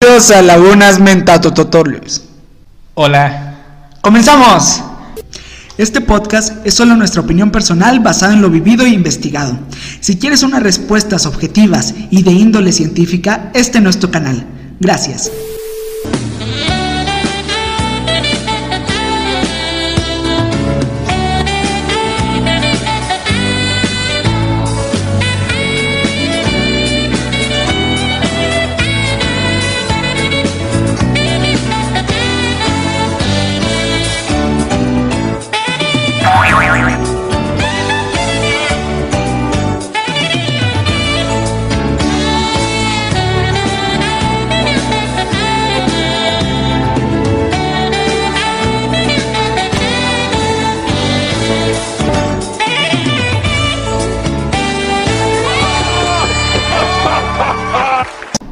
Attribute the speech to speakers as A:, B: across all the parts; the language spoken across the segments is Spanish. A: Bienvenidos a Lagunas Mentatototorios.
B: Hola.
A: ¡Comenzamos! Este podcast es solo nuestra opinión personal basada en lo vivido e investigado. Si quieres unas respuestas objetivas y de índole científica, este no es tu canal. Gracias.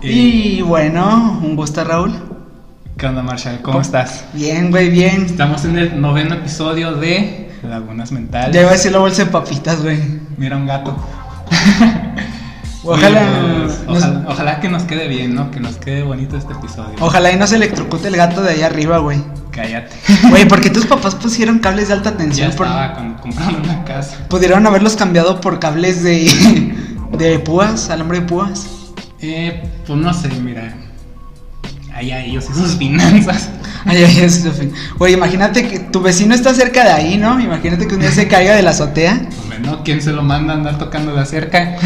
A: Y bueno, un gusto Raúl.
B: ¿Qué onda, Marshall? ¿Cómo estás?
A: Bien, güey, bien.
B: Estamos en el noveno episodio de Lagunas Mentales.
A: Ya iba a decir la bolsa de papitas, güey.
B: Mira un gato.
A: Ojalá-
B: Pues, ojalá, ojalá que nos quede bien, ¿no? Que nos quede bonito este episodio.
A: Ojalá y no se electrocute el gato de allá arriba, güey.
B: Cállate.
A: Güey, ¿por qué tus papás pusieron cables de alta
B: Ya
A: tensión? Por-
B: estaba cuando compramos la casa.
A: Pudieron haberlos cambiado por cables de, de púas, alambre de púas.
B: Eh, pues no sé, mira. Allá ellos y sus finanzas.
A: Ay, ay, es- Güey, imagínate que tu vecino está cerca de ahí, ¿no? Imagínate que un día se caiga de la azotea.
B: Hombre, ¿no? Pues, ¿Quién se lo manda a andar tocando de cerca?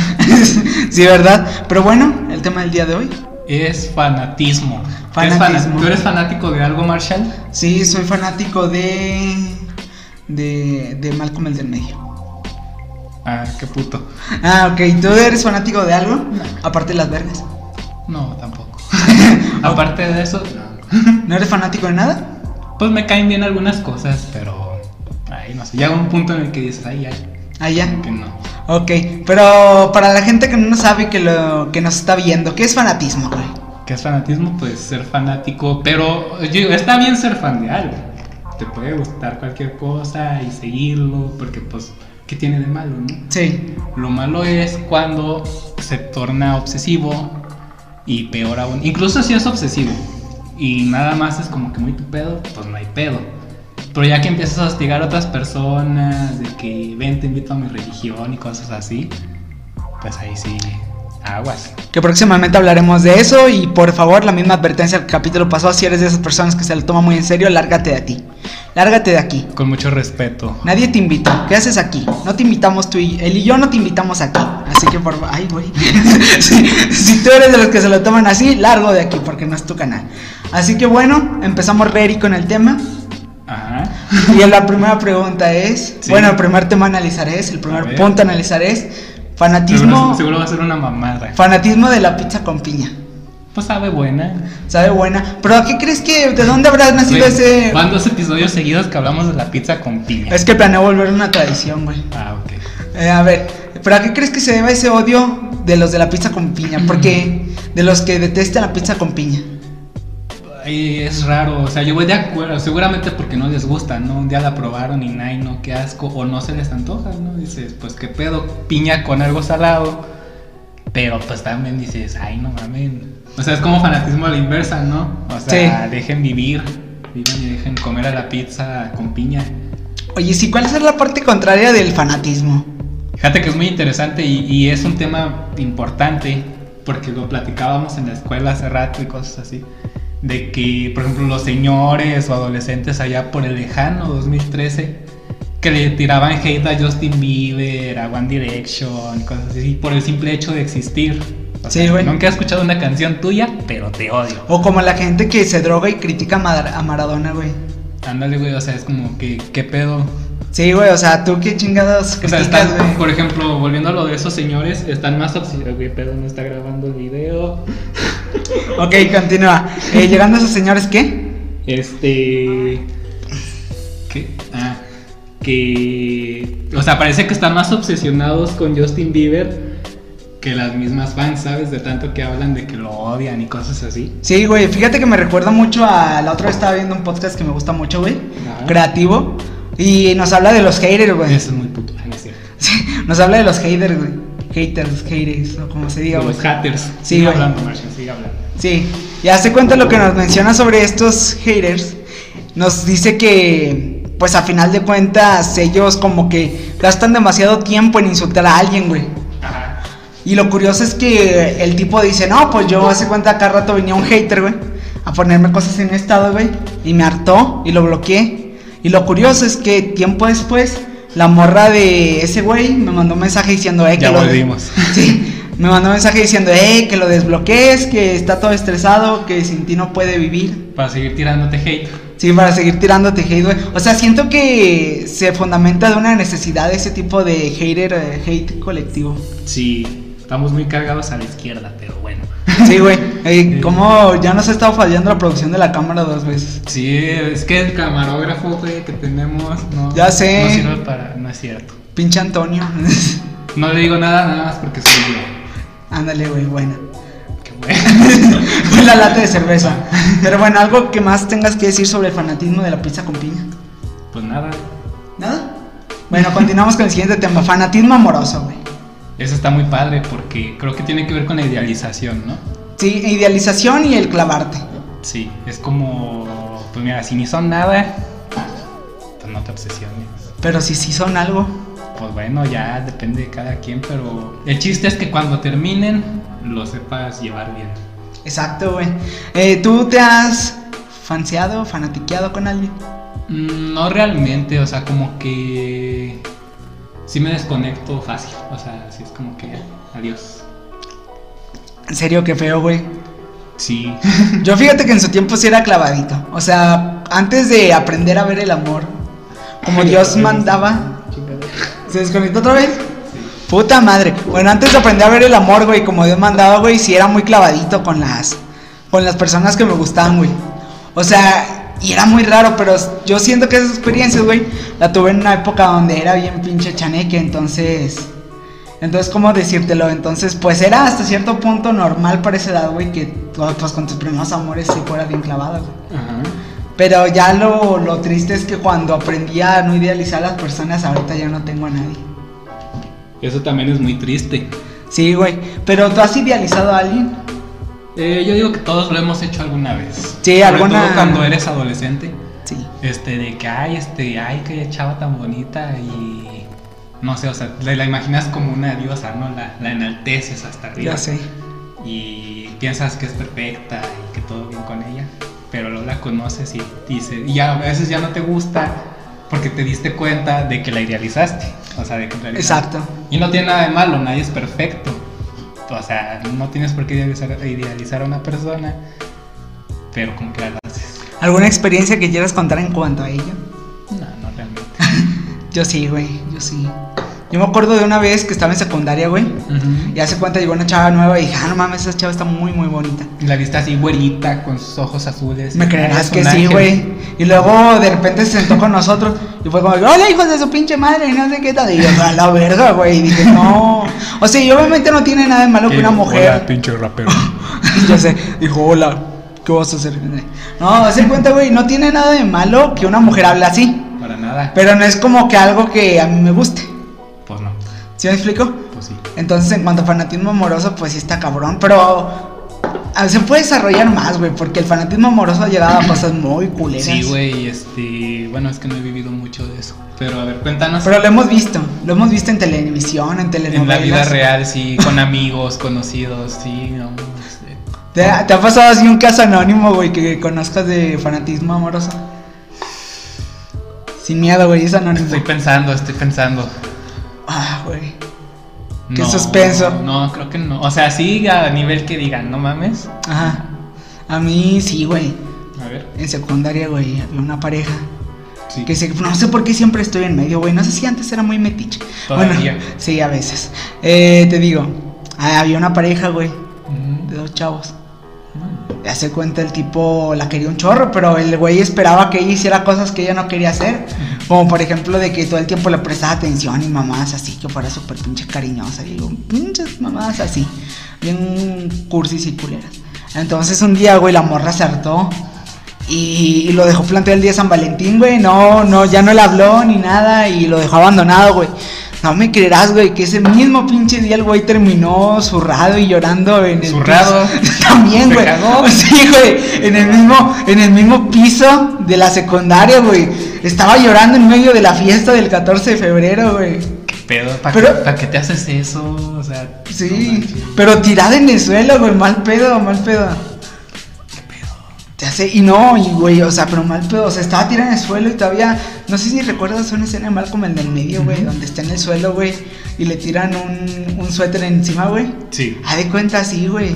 A: sí, ¿verdad? Pero bueno, el tema del día de hoy.
B: Es fanatismo. ¿Tú eres
A: Fanatismo.
B: fana- ¿Tú eres fanático de algo, Marshall?
A: Sí, soy fanático de. de. de Malcolm el del medio.
B: Ah, qué puto.
A: Ah, ok, ¿tú eres fanático de algo? Aparte de las vergas.
B: No, tampoco. Aparte de eso, no.
A: ¿No eres fanático de nada?
B: pues me caen bien algunas cosas, pero ay, no sé, llega un punto en el que dices, ay, ya,
A: Ah, ya.
B: que no.
A: Ok, pero para la gente que no sabe que lo que nos está viendo, ¿qué es fanatismo, güey?
B: ¿Qué es fanatismo? Pues ser fanático, pero yo digo, está bien ser fan de algo. Te puede gustar cualquier cosa y seguirlo, porque pues, ¿qué tiene de malo, no?
A: Sí.
B: Lo malo es cuando se torna obsesivo y peor aún. Incluso si es obsesivo y nada más es como que muy tu pedo, pues no hay pedo. Pero ya que empiezas a hostigar a otras personas, de que ven, te invito a mi religión y cosas así, pues ahí sí, aguas.
A: Que próximamente hablaremos de eso y por favor, la misma advertencia del capítulo pasado, si eres de esas personas que se lo toma muy en serio, lárgate de aquí. Lárgate de aquí.
B: Con mucho respeto.
A: Nadie te invitó. ¿Qué haces aquí? No te invitamos tú y él y yo no te invitamos aquí. Así que por ay, güey. si, si tú eres de los que se lo toman así, largo de aquí porque no es tu canal. Así que bueno, empezamos Reri con el tema.
B: Ajá.
A: Y la primera pregunta es,
B: Sí.
A: bueno, el primer tema a analizar es, el
B: A
A: primer
B: ver.
A: punto a analizar es fanatismo,
B: Seguro, seguro va a ser una mamada.
A: fanatismo de la pizza con piña.
B: Pues sabe buena.
A: Sabe buena. Pero ¿a qué crees que de dónde habrá nacido
B: Güey,
A: ese?
B: Van dos episodios seguidos que hablamos de la pizza con piña.
A: Es que planeo volver una tradición, güey.
B: Ah, ok.
A: Eh, a ver, ¿pero a qué crees que se deba ese odio de los de la pizza con
B: Mm.
A: piña? Porque de los que detestan la pizza con piña.
B: Ay, es raro, o sea, yo voy de acuerdo, seguramente porque no les gusta, ¿no? Un día la probaron y nay, no, qué asco, o no se les antoja, ¿no? Dices, pues qué pedo, piña con algo salado, pero pues también dices, ay, no mamen. O sea, es como fanatismo a la inversa, ¿no? O sea,
A: Sí.
B: dejen vivir, vivan y dejen comer a la pizza con piña.
A: Oye, sí, ¿cuál es la parte contraria del fanatismo?
B: Fíjate que es muy interesante y, y es un tema importante porque lo platicábamos en la escuela hace rato y cosas así. De que, por ejemplo, los señores o adolescentes allá por el lejano 2013 que le tiraban hate a Justin Bieber, a One Direction, cosas así, por el simple hecho de existir. O
A: Sí,
B: sea,
A: güey.
B: Nunca he escuchado una canción tuya, pero te odio.
A: O como la gente que se droga y critica a, Madar- a Maradona, güey.
B: Ándale, güey, o sea, es como que, ¿qué pedo?
A: Sí, güey, o sea, tú qué chingados
B: O sea,
A: criticas,
B: están,
A: güey.
B: por ejemplo, volviendo a lo de esos señores, están más obsesionados. Güey, pedo, no está grabando el video.
A: Ok, continúa. Eh, llegando a esos señores, ¿qué?
B: Este. ¿Qué? Ah, que. O sea, parece que están más obsesionados con Justin Bieber que las mismas fans, ¿sabes? De tanto que hablan de que lo odian y cosas así.
A: Sí, güey, fíjate que me recuerda mucho a la otra vez estaba viendo un podcast que me gusta mucho, güey.
B: Ajá.
A: Creativo. Y nos habla de los haters, güey.
B: Eso es muy puto, ah, no es cierto.
A: Sí, nos habla de los haters, güey. haters, haters, o como se
B: de
A: diga, güey.
B: los haters.
A: Sí,
B: sigue
A: güey.
B: hablando, Marshall, sigue hablando.
A: Sí, ya se cuenta lo que nos menciona sobre estos haters. Nos dice que, pues a final de cuentas, ellos como que gastan demasiado tiempo en insultar a alguien, güey.
B: Ajá.
A: Y lo curioso es que el tipo dice, no, pues yo hace cuenta acá rato venía un hater, güey, a ponerme cosas en mi estado, güey, y me hartó y lo bloqueé. Y lo curioso es que tiempo después, la morra de ese güey me mandó un mensaje diciendo, eh, que
B: Ya
A: lo...
B: volvimos.
A: Sí, me mandó un mensaje diciendo, eh, que lo desbloquees, que está todo estresado, que sin ti no puede vivir.
B: Para seguir tirándote hate.
A: Sí, para seguir tirándote hate, güey. O sea, siento que se fundamenta de una necesidad de ese tipo de hater, eh, hate colectivo.
B: Sí, estamos muy cargados a la izquierda, pero bueno.
A: Sí, güey. Eh, ¿Cómo ya nos ha estado fallando la producción de la cámara dos veces?
B: Sí, es que el camarógrafo güey, que tenemos no,
A: Ya sé.
B: no sirve para. No es cierto.
A: Pinche Antonio.
B: No le digo nada, nada más porque soy yo.
A: Ándale, güey, buena.
B: Qué bueno.
A: la lata de cerveza. Pero bueno, algo que más tengas que decir sobre el fanatismo de la pizza con piña.
B: Pues nada,
A: ¿Nada? Bueno, continuamos con el siguiente tema. Fanatismo amoroso, güey.
B: eso está muy padre porque creo que tiene que ver con la idealización, ¿no?
A: Sí, idealización y el clavarte.
B: Sí, es como. Pues mira, si ni son nada, pues no te obsesiones.
A: Pero si sí son algo.
B: Pues bueno, ya depende de cada quien, pero el chiste es que cuando terminen, lo sepas llevar bien.
A: Exacto, güey. Eh, ¿Tú te has fanseado, fanatiqueado con alguien?
B: Mm, No realmente, o sea, como que sí me desconecto fácil, o sea, sí es como que adiós.
A: En serio, qué feo, güey.
B: Sí,
A: Yo fíjate que en su tiempo sí era clavadito. O sea, antes de aprender a ver el amor, como Dios mandaba. ¿Se desconectó otra vez? Puta madre. Bueno, antes de aprender a ver el amor, güey, como Dios mandaba, güey, sí era muy clavadito con las con las personas que me gustaban, güey. O sea, y era muy raro, pero yo siento que esas experiencias, güey, la tuve en una época donde era bien pinche chaneque, entonces entonces, ¿cómo decírtelo? Entonces, pues era hasta cierto punto normal para esa edad, güey, que tú, pues, con tus primeros amores se fuera bien clavada, güey.
B: ajá.
A: Pero ya lo, lo triste es que cuando aprendí a no idealizar a las personas, ahorita ya no tengo a nadie.
B: Eso también es muy triste.
A: Sí, güey. Pero tú has idealizado a alguien.
B: Eh, yo digo que todos lo hemos hecho alguna vez.
A: Sí,
B: Sobre
A: alguna-
B: todo cuando eres adolescente,
A: Sí.
B: este, de que, ay, este, ay, qué chava tan bonita y... No sé, o sea, la, la imaginas como una diosa, ¿no? La, la enalteces hasta arriba.
A: Ya sé.
B: y piensas que es perfecta y que todo bien con ella, pero luego la conoces y dices, y ya, a veces ya no te gusta porque te diste cuenta de que la idealizaste, o sea, de que en realidad-
A: Exacto.
B: Y no tiene nada de malo, nadie es perfecto, o sea, no tienes por qué idealizar, idealizar a una persona, pero como que la haces.
A: ¿Alguna experiencia que quieras contar en cuanto a ello?
B: No, no realmente.
A: Yo sí, güey. Yo sí. Yo me acuerdo de una vez que estaba en secundaria, güey.
B: Ujú.
A: Y hace cuenta llegó una chava nueva y dije, ah, no mames, esa chava está muy, muy bonita.
B: Y La viste así güerita, con sus ojos azules.
A: Me creerás
B: Es un
A: que sí,
B: ángel.
A: güey. Y luego de repente se sentó con nosotros y fue como, hola hijos de su pinche madre, y no sé qué tal. Y yo, a la verga, güey. Y dije, no. O sea, y obviamente no tiene nada de malo que una
B: Hola,
A: mujer.
B: pinche rapero.
A: yo sé, dijo, hola, ¿qué vas a hacer? No, hace cuenta, güey, no tiene nada de malo que una mujer hable así.
B: Para nada.
A: Pero no es como que algo que a mí me guste.
B: Pues no,
A: ¿Sí me explico?
B: pues sí.
A: Entonces, en cuanto a fanatismo amoroso, pues sí está cabrón, pero ah, se puede desarrollar más, güey, porque el fanatismo amoroso ha llegado a cosas muy culeras.
B: Sí, güey, este, bueno, es que no he vivido mucho de eso. Pero a ver, cuéntanos.
A: Pero lo hemos visto, lo hemos visto en televisión, en telenovelas.
B: en la vida real, sí, con amigos, conocidos, sí, no, no sé.
A: ¿Te, ha- te ha pasado así un caso anónimo, güey, que conozcas de fanatismo amoroso? Sin miedo, güey, es anónimo.
B: Estoy pensando, estoy pensando.
A: Ah, güey. Qué
B: No,
A: suspenso.
B: No, creo que no. O sea, sí a nivel que digan, no mames.
A: Ajá. A mí sí, güey.
B: A ver.
A: En secundaria, güey, había una pareja.
B: Sí.
A: Que se- no sé por qué siempre estoy en medio, güey. No sé si antes era muy metiche.
B: Todavía.
A: Bueno, sí, a veces. Eh, te digo, ah, había una pareja, güey, de
B: Mm,
A: dos chavos. Ya se cuenta el tipo la quería un chorro, pero el güey esperaba que ella hiciera cosas que ella no quería hacer. Como por ejemplo de que todo el tiempo le prestaba atención y mamás así, que fuera súper pinche cariñosa. Digo, pinches mamás así. Bien cursis y culeras. Entonces un día, güey, la morra se hartó. Y, y lo dejó planteado el día de San Valentín, güey. No, no, ya no le habló ni nada. Y lo dejó abandonado, güey. No me creerás, güey, que ese mismo pinche día el güey terminó zurrado y llorando en el
B: Zurrado.
A: piso. También,
B: ¿Se
A: güey.
B: cagó?
A: Sí, güey. En el mismo, en el mismo piso de la secundaria, güey. Estaba llorando en medio de la fiesta del 14 de febrero, güey.
B: ¿Qué pedo? ¿Para
A: Pero-
B: qué, pa' qué te haces eso? O sea, no
A: Sí.
B: manches.
A: pero tirada en el suelo, güey. Mal pedo, mal pedo. Te hace, y no, y güey, o sea, pero mal pedo, o sea, estaba tirada en el suelo y todavía, no sé si recuerdas una escena mal como el del medio, güey,
B: Ujú.
A: donde está en el suelo, güey, y le tiran un, un suéter encima, güey.
B: Sí.
A: Ah, de cuenta, sí, güey.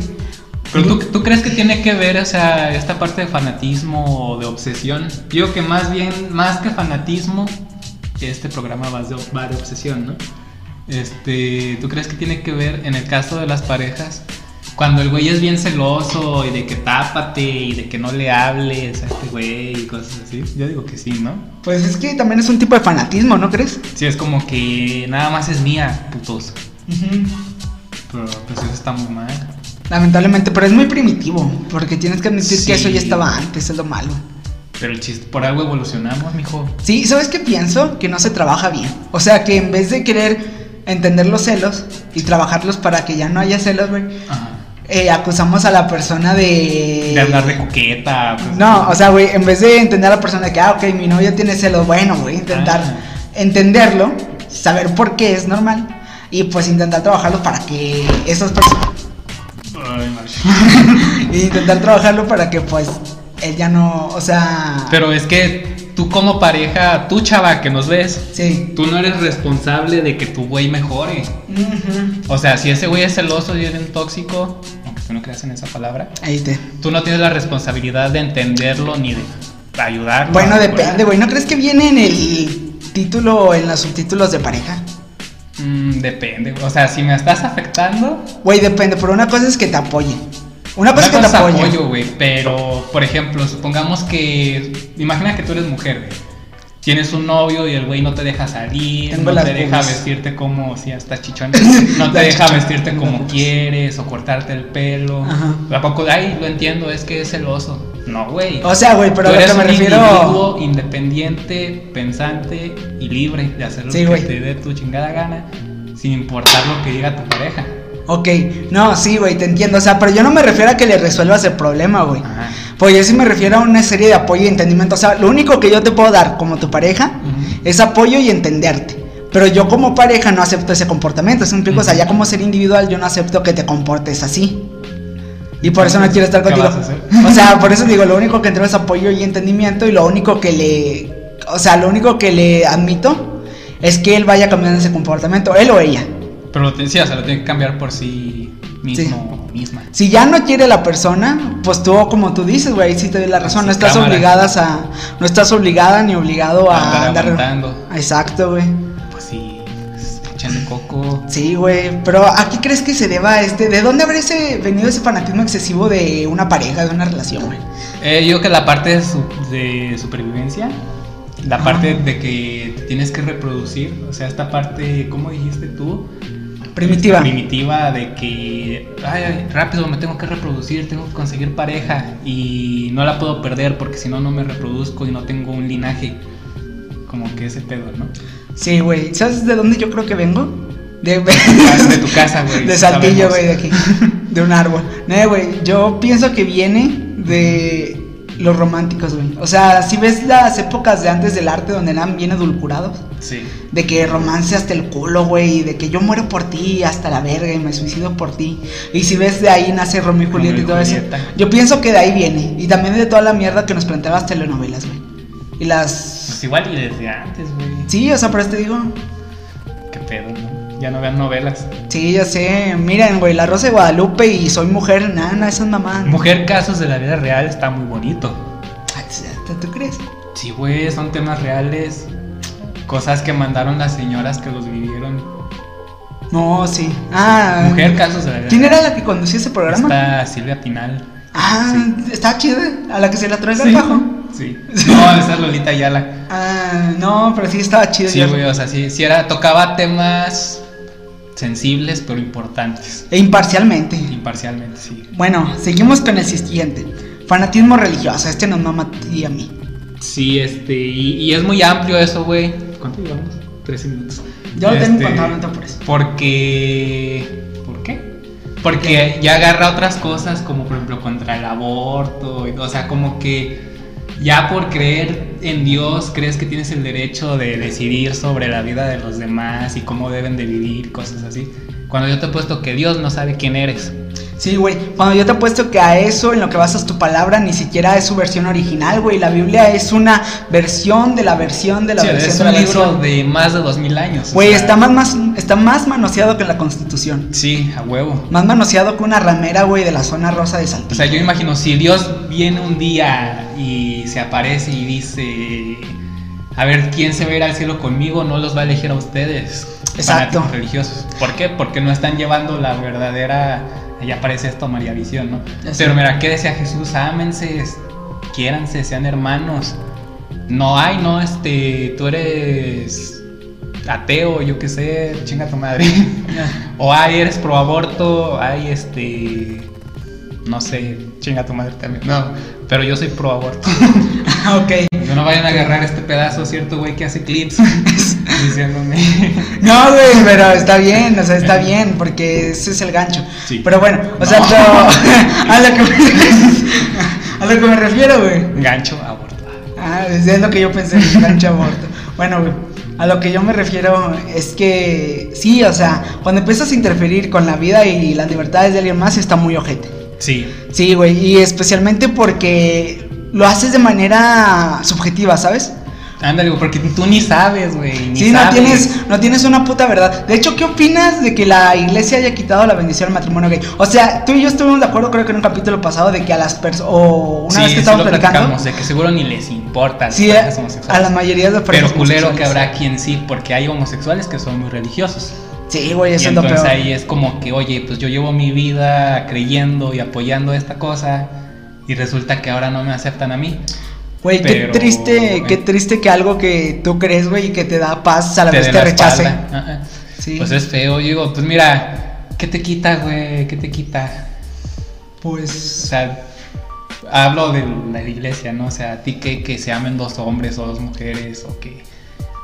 B: Pero tú, tú crees que tiene que ver, o sea, esta parte de fanatismo o de obsesión. Digo que más bien, más que fanatismo, este programa va de, va de obsesión, ¿no? Este, ¿tú crees que tiene que ver en el caso de las parejas? Cuando el güey es bien celoso y de que tápate y de que no le hables a este güey y cosas así. Yo digo que sí, ¿no?
A: Pues es que también es un tipo de fanatismo, ¿no crees?
B: Sí, es como que nada más es mía, putos. Pero pues eso está muy mal.
A: Lamentablemente, pero es muy primitivo, porque tienes que admitir
B: Sí.
A: que eso ya estaba antes, es lo malo.
B: Pero el chiste, por algo evolucionamos, mijo.
A: Sí, ¿sabes qué pienso? Que no se trabaja bien. O sea, que en vez de querer entender los celos y trabajarlos para que ya no haya celos, güey,
B: Ajá.
A: eh, acusamos a la persona de...
B: De hablar de coqueta. pues,
A: No, o sea, güey, en vez de entender a la persona que, ah, ok, mi novia tiene celos, bueno, güey, intentar
B: Ah.
A: entenderlo, saber por qué es normal y pues intentar trabajarlo para que esas personas...
B: ay, macho.
A: y intentar trabajarlo para que pues él ya no, o sea,
B: Pero es que tú como pareja, tú chava que nos ves,
A: sí.
B: tú no eres responsable de que tu güey mejore.
A: Ujú.
B: O sea, si ese güey es celoso y es un tóxico, aunque tú no creas en esa palabra,
A: Ahí te.
B: tú no tienes la responsabilidad de entenderlo ni de ayudarlo.
A: Bueno,
B: a
A: depende,
B: mejorar.
A: güey. ¿No crees que viene en el título, en los subtítulos de pareja?
B: Mm, depende. O sea, si me estás afectando,
A: Güey, depende, pero una cosa es que te apoye. Una
B: Una
A: cosa Ah, es que te
B: cosa
A: apoye.
B: apoyo, güey, pero por ejemplo, supongamos que imagina que tú eres mujer, güey. Tienes un novio y el güey no te deja salir,
A: Tengo
B: no
A: las
B: te deja
A: boobies.
B: vestirte como si hasta chichón, no
A: Las
B: te deja
A: chichonas,
B: vestirte
A: las
B: como
A: boobies.
B: quieres o cortarte el pelo.
A: Ajá.
B: ¿A poco? Ay, lo entiendo, es que es celoso. No, güey.
A: O sea, güey, pero
B: Tú
A: a lo
B: eres
A: que me
B: un
A: refiero.
B: individuo independiente, pensante y libre de hacer lo
A: Sí,
B: que
A: güey.
B: te dé tu chingada gana, sin importar lo que diga tu pareja.
A: Ok, no, sí, güey, te entiendo. O sea, pero yo no me refiero a que le resuelvas el problema, güey.
B: Ajá.
A: Pues yo sí me refiero a una serie de apoyo y entendimiento. O sea, lo único que yo te puedo dar como tu pareja
B: Ujú.
A: es apoyo y entenderte. Pero yo como pareja no acepto ese comportamiento. Es un pico, o sea,
B: Ujú.
A: ya como ser individual yo no acepto que te comportes así. Y por eso no quiero estar
B: Ah, ¿Qué
A: contigo.
B: vas a hacer?
A: O sea, por eso digo, lo único que entrego es apoyo y entendimiento y lo único que le... O sea, lo único que le admito es que él vaya cambiando ese comportamiento, él o ella.
B: Pero lo te decía, o sea, lo tiene que cambiar por sí mismo o misma.
A: Si ya no quiere la persona, pues tú, como tú dices, güey, sí te doy la razón.
B: Así,
A: No estás
B: cámara.
A: obligadas a. No estás obligada ni obligado a
B: Andar
A: andar.
B: aguantando.
A: Exacto, güey.
B: Pues sí, es echando coco.
A: Sí, güey. Pero ¿a qué crees que se deba este? ¿De dónde habría ese- venido ese fanatismo excesivo de una pareja, de una relación, güey?
B: Eh, yo creo que la parte de, su- de supervivencia, la
A: Ajá.
B: parte de que te tienes que reproducir, o sea, esta parte, ¿cómo dijiste tú?
A: Primitiva.
B: Primitiva de que, ay, ay, rápido, me tengo que reproducir, tengo que conseguir pareja y no la puedo perder porque si no, no me reproduzco y no tengo un linaje. Como que ese pedo, ¿no?
A: Sí, güey. ¿Sabes de dónde yo creo que vengo? De,
B: de tu casa, güey,
A: De Saltillo,
B: sabemos.
A: güey, de aquí. De un árbol. No, güey. Yo pienso que viene de los románticos, güey. O sea, si ves las épocas de antes del arte donde eran bien edulcurados.
B: Sí.
A: De que romance hasta el culo, güey. De que yo muero por ti hasta la verga y me suicido por ti. Y si ves de ahí nace Romeo y
B: Romeo y
A: Julieta y todo eso.
B: Julieta.
A: Yo pienso que de ahí viene. Y también de toda la mierda que nos planteaban las telenovelas, güey. Y las.
B: Pues igual y desde antes, güey.
A: Sí, o sea, por eso te digo.
B: Qué pedo, ¿no? Ya no vean novelas.
A: Sí, ya sé. Miren, güey, La Rosa de Guadalupe y Soy Mujer. Nada, nada, esas mamadas.
B: Mujer casos de la vida real está muy bonito.
A: Ay, ¿tú- ¿Tú crees?
B: Sí, güey, son temas reales. Cosas que mandaron las señoras que los vivieron.
A: No, sí. Ah.
B: Mujer casos de la vida
A: ¿Quién era la que conducía ese
B: real.
A: programa?
B: Está Silvia Pinal.
A: Ah, está chida. A la que se la trae
B: Sí.
A: el bajo.
B: Sí. No, esa es Lolita Ayala.
A: Ah, no, pero sí estaba chido.
B: Sí,
A: yo-
B: güey, o sea, sí, sí era, tocaba temas sensibles pero importantes.
A: E imparcialmente.
B: Imparcialmente, sí.
A: Bueno, seguimos con el siguiente. Fanatismo religioso. Este nos mama a ti y a mí.
B: Sí, este, y, y es muy amplio eso, güey. ¿Cuánto llevamos? 13 minutos.
A: Yo lo tengo en cuenta por eso.
B: Porque. ¿Por qué? Porque ya agarra otras cosas, como por ejemplo contra el aborto. y- O sea, como que ya por creer en Dios crees que tienes el derecho de decidir sobre la vida de los demás y cómo deben de vivir, cosas así. Cuando yo te he puesto que Dios no sabe quién eres.
A: Sí, güey. Cuando yo te apuesto que a eso, en lo que basas tu palabra, ni siquiera es su versión original, güey. La Biblia es una versión de la versión de la
B: Sí,
A: versión
B: es
A: de la
B: un libro
A: versión.
B: de más de dos mil años. o
A: Güey,
B: sea,
A: está más, más, está más manoseado que la Constitución.
B: Sí, a huevo.
A: Más manoseado que una ramera, güey, de la zona rosa de Saltillo.
B: O sea, yo imagino si Dios viene un día y se aparece y dice, a ver, ¿quién se va a ir al cielo conmigo? No los va a elegir a ustedes.
A: Exacto.
B: fanáticos religiosos. ¿Por qué? Porque no están llevando la verdadera... Ya aparece esto, María Visión, ¿no?
A: Exacto.
B: Pero mira, ¿qué decía Jesús? Ámense, es- quiéranse, sean hermanos. No hay, no, este, tú eres ateo, yo qué sé, chinga tu madre. O ay, eres pro aborto, ay, este. No sé, chinga tu madre también. No, pero yo soy pro aborto.
A: ok.
B: No, no vayan a agarrar este pedazo, ¿cierto, güey? Que hace clips diciéndome.
A: No, güey, pero está bien, o sea, está bien, porque ese es el gancho.
B: Sí.
A: Pero bueno, o sea,
B: No.
A: lo- a, lo que me, a lo que me refiero, güey.
B: Gancho, aborto.
A: Ah, es lo que yo pensé, el gancho aborto. Bueno, güey, a lo que yo me refiero es que sí, o sea, cuando empiezas a interferir con la vida y las libertades de alguien más, está muy ojete.
B: Sí,
A: Sí, güey, y especialmente porque lo haces de manera subjetiva, ¿sabes?
B: ándale, güey, porque tú ni sabes, güey. ni
A: Sí, no
B: sabes.
A: tienes, no tienes una puta verdad. De hecho, ¿qué opinas de que la iglesia haya quitado la bendición al matrimonio gay? O sea, tú y yo estuvimos de acuerdo, creo que en un capítulo pasado, de que a las personas, o una
B: sí,
A: vez que
B: sí
A: estábamos
B: lo
A: platicando,
B: platicamos, de que seguro ni les importa. las
A: sí, a,
B: parejas
A: a
B: homosexuales.
A: la mayoría de personas.
B: Pero culero que habrá quien sí, porque hay homosexuales que son muy religiosos.
A: Sí, güey,
B: Y
A: eso es lo
B: entonces
A: peor.
B: ahí es como que, oye, pues yo llevo mi vida creyendo y apoyando esta cosa y resulta que ahora no me aceptan a mí.
A: Güey,
B: pero-
A: qué triste, qué triste que algo que tú crees, güey, y que te da paz, a la vez
B: den
A: te
B: la
A: rechace.
B: espalda. Ajá.
A: Sí.
B: Pues es feo, yo digo, pues mira, ¿qué te quita, güey? ¿Qué te quita? O
A: Pues,
B: sea, hablo de la iglesia, ¿no? O sea, a ti que, que se amen dos hombres o dos mujeres o que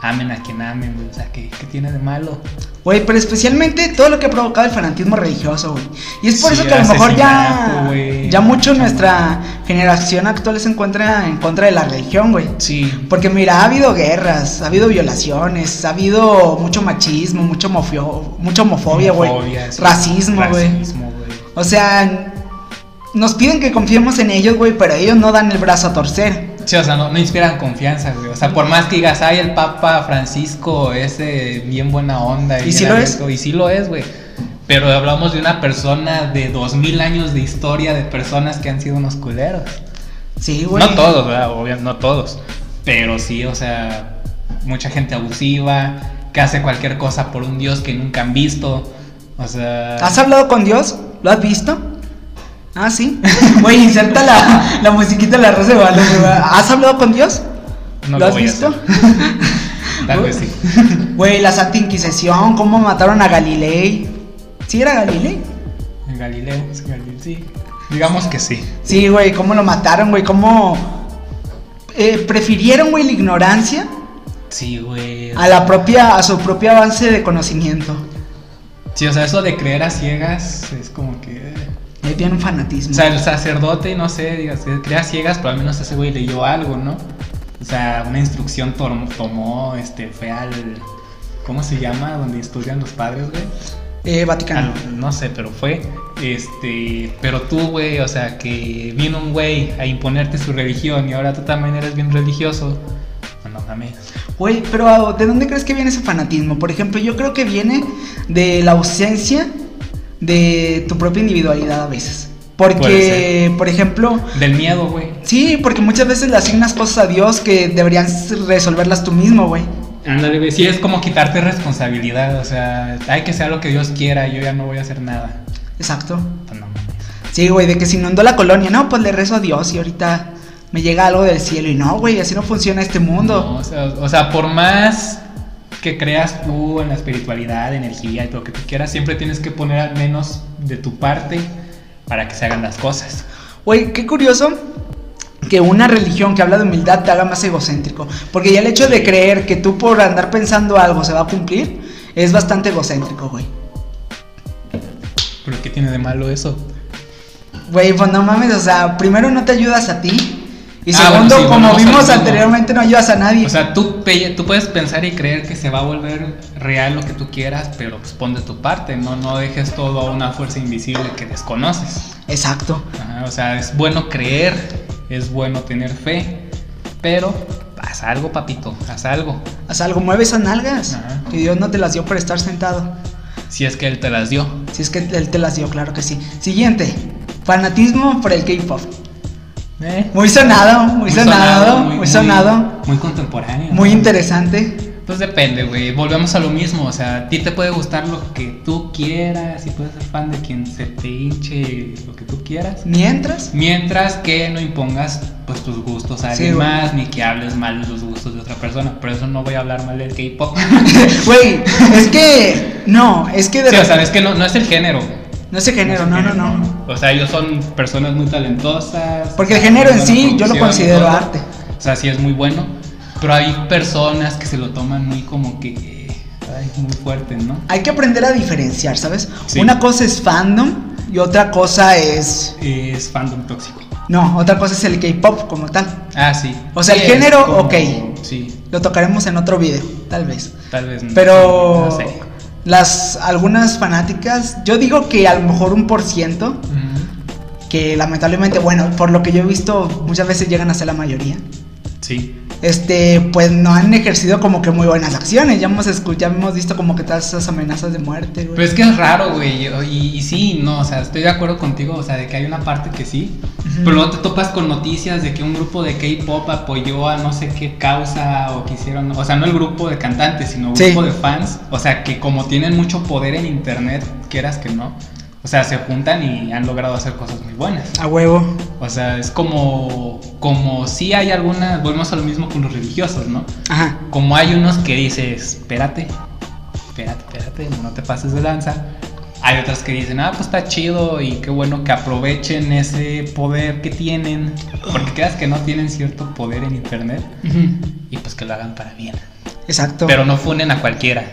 B: amen a quien amen, güey. O sea, ¿qué, qué tiene de malo?
A: güey, pero especialmente todo lo que ha provocado el fanatismo religioso, güey. Y es por
B: Sí,
A: eso que a lo mejor ya,
B: asesinato, güey.
A: ya mucho nuestra generación actual se encuentra en contra de la religión, güey.
B: Sí.
A: Porque mira, ha habido guerras, ha habido violaciones, ha habido mucho machismo, mucho, mofio- mucha homofobia, güey.
B: Homofobia, sí.
A: Racismo, güey.
B: Racismo, güey.
A: O sea, nos piden que confiemos en ellos, güey, pero ellos no dan el brazo a torcer.
B: Sí, o sea, no, no inspiran confianza, güey. O sea, por más que digas, ay, el Papa Francisco es eh, bien buena onda.
A: ¿Y
B: bien
A: sí lo es?
B: abierto", Y sí lo es, güey. Pero hablamos de una persona de dos mil años de historia de personas que han sido unos culeros.
A: Sí, güey.
B: No todos, ¿verdad? Obviamente, no todos. Pero sí, o sea, mucha gente abusiva, que hace cualquier cosa por un Dios que nunca han visto. O sea...
A: ¿Has hablado con Dios? ¿Lo has visto? Ah, sí. Güey, inserta la, la musiquita de la Rosa de Guadalupe, güey. ¿Has hablado con Dios?
B: no
A: ¿Lo has
B: voy a
A: visto?
B: hacer. Tal vez sí.
A: Güey, la Santa Inquisición, cómo mataron a Galilei. ¿Sí era Galilei?
B: En Galileo, es Galileo, sí. Digamos que sí.
A: Sí, güey, cómo lo mataron, güey, cómo eh, prefirieron, güey, la ignorancia
B: Sí, güey.
A: a la propia, a su propio avance de conocimiento.
B: Sí, o sea, eso de creer a ciegas es como que.
A: Ahí tiene un fanatismo.
B: O sea, el sacerdote, no sé, digas, eh, crea a ciegas, pero al menos ese güey leyó algo, ¿no? O sea, una instrucción tom- tomó, este, fue al. ¿Cómo se llama? Donde estudian los padres, güey.
A: eh, Vaticano.
B: Al- no sé, pero fue. Este. Pero tú, güey, o sea, que vino un güey a imponerte su religión y ahora tú también eres bien religioso. Ah, No, no mames.
A: Güey, pero ah, ¿de dónde crees que viene ese fanatismo? Por ejemplo, yo creo que viene de la ausencia de tu propia individualidad a veces.
B: Puede
A: Porque, por ejemplo,
B: Del miedo, güey.
A: sí, porque muchas veces le asignas cosas a Dios que deberían resolverlas tú mismo, güey.
B: Ándale, güey. Sí, es como quitarte responsabilidad. O sea, hay que sea lo que Dios quiera. Yo ya no voy a hacer nada.
A: Exacto.
B: Pues no mames.
A: Sí, güey, de que se inundó la colonia. No, pues le rezo a Dios y ahorita me llega algo del cielo. Y no, güey, así no funciona este
B: No,
A: mundo.
B: o, sea, o sea, por más que creas tú en la espiritualidad, energía y lo que tú quieras, siempre tienes que poner al menos de tu parte para que se hagan las cosas.
A: Güey, qué curioso que una religión que habla de humildad te haga más egocéntrico. Porque ya el hecho de creer que tú por andar pensando algo se va a cumplir. Es bastante egocéntrico, güey.
B: ¿Pero qué tiene de malo eso?
A: Güey, pues no mames, o sea, primero no te ayudas a ti. Y
B: Ah,
A: segundo,
B: bueno, sí,
A: como
B: volvemos al
A: vimos
B: mismo.
A: anteriormente, no ayudas a nadie.
B: O sea, tú, pe- tú puedes pensar y creer que se va a volver real lo que tú quieras, pero pues pon de tu parte, no, no dejes todo a una fuerza invisible que desconoces.
A: Exacto.
B: Ajá, o sea, es bueno creer, es bueno tener fe, pero haz algo, papito, haz algo.
A: Haz algo, mueve esas nalgas.
B: Ajá.
A: Que Dios no te las dio por estar sentado.
B: Si es que él te las dio.
A: Si es que él te las dio, claro que sí. Siguiente. Fanatismo por el K-pop.
B: ¿Eh?
A: Muy sonado, muy, sonado, muy, sonado.
B: Muy, contemporáneo.
A: Muy
B: ¿no?
A: interesante.
B: Pues depende, güey. Volvemos a lo mismo. O sea, a ti te puede gustar lo que tú quieras y puedes ser fan de quien se te hinche lo que tú quieras.
A: Mientras,
B: Mientras que no impongas pues tus gustos a
A: Sí,
B: alguien
A: güey.
B: más, ni que hables mal de los gustos de otra persona. Por eso no voy a hablar mal del K-pop.
A: güey, es que. No, es que de
B: sí, o sea,
A: re-
B: es que no, no es el género. güey.
A: No es el género,
B: es
A: no,
B: el
A: no,
B: género,
A: no.
B: O sea, ellos son personas muy talentosas.
A: Porque el género en
B: Buena
A: sí, yo lo
B: producción,
A: considero
B: todo.
A: arte.
B: O sea, sí es muy bueno. Pero hay personas que se lo toman muy como que. eh, ay, muy fuerte, ¿no?
A: Hay que aprender a diferenciar, ¿sabes?
B: Sí.
A: Una cosa es fandom y otra cosa es.
B: Es fandom tóxico.
A: No, otra cosa es el K-pop como tal.
B: Ah, sí.
A: O sea, el
B: Sí,
A: género,
B: es como-
A: ok.
B: Sí,
A: Lo tocaremos en otro video, tal vez.
B: tal vez no.
A: Pero
B: No sé.
A: las algunas fanáticas, yo digo que a lo mejor un por ciento,
B: Ujú.
A: que lamentablemente, bueno, por lo que yo he visto, muchas veces llegan a ser la mayoría.
B: Sí.
A: Este, pues no han ejercido como que muy buenas acciones. Ya hemos escuchado, hemos visto como que todas esas amenazas de muerte, güey.
B: Pero Pues es que es raro, güey. Y, y sí, no, o sea, estoy de acuerdo contigo, o sea, de que hay una parte que sí.
A: Ujú.
B: Pero luego te topas con noticias de que un grupo de K-pop apoyó a no sé qué causa o que hicieron. O sea, no el grupo de cantantes, sino un
A: Sí.
B: grupo de fans. O sea, que como tienen mucho poder en internet, quieras que no. O sea, se juntan y han logrado hacer cosas muy buenas.
A: A huevo.
B: O sea, es como. Como si hay algunas. Volvemos a lo mismo con los religiosos, ¿no?
A: Ajá.
B: Como hay unos que dices, espérate, espérate, espérate, no te pases de lanza. Hay otras que dicen, ah, pues está chido y qué bueno que aprovechen ese poder que tienen. Porque creas que no tienen cierto poder en internet
A: Ujú.
B: y pues que lo hagan para bien.
A: Exacto.
B: Pero no funen a cualquiera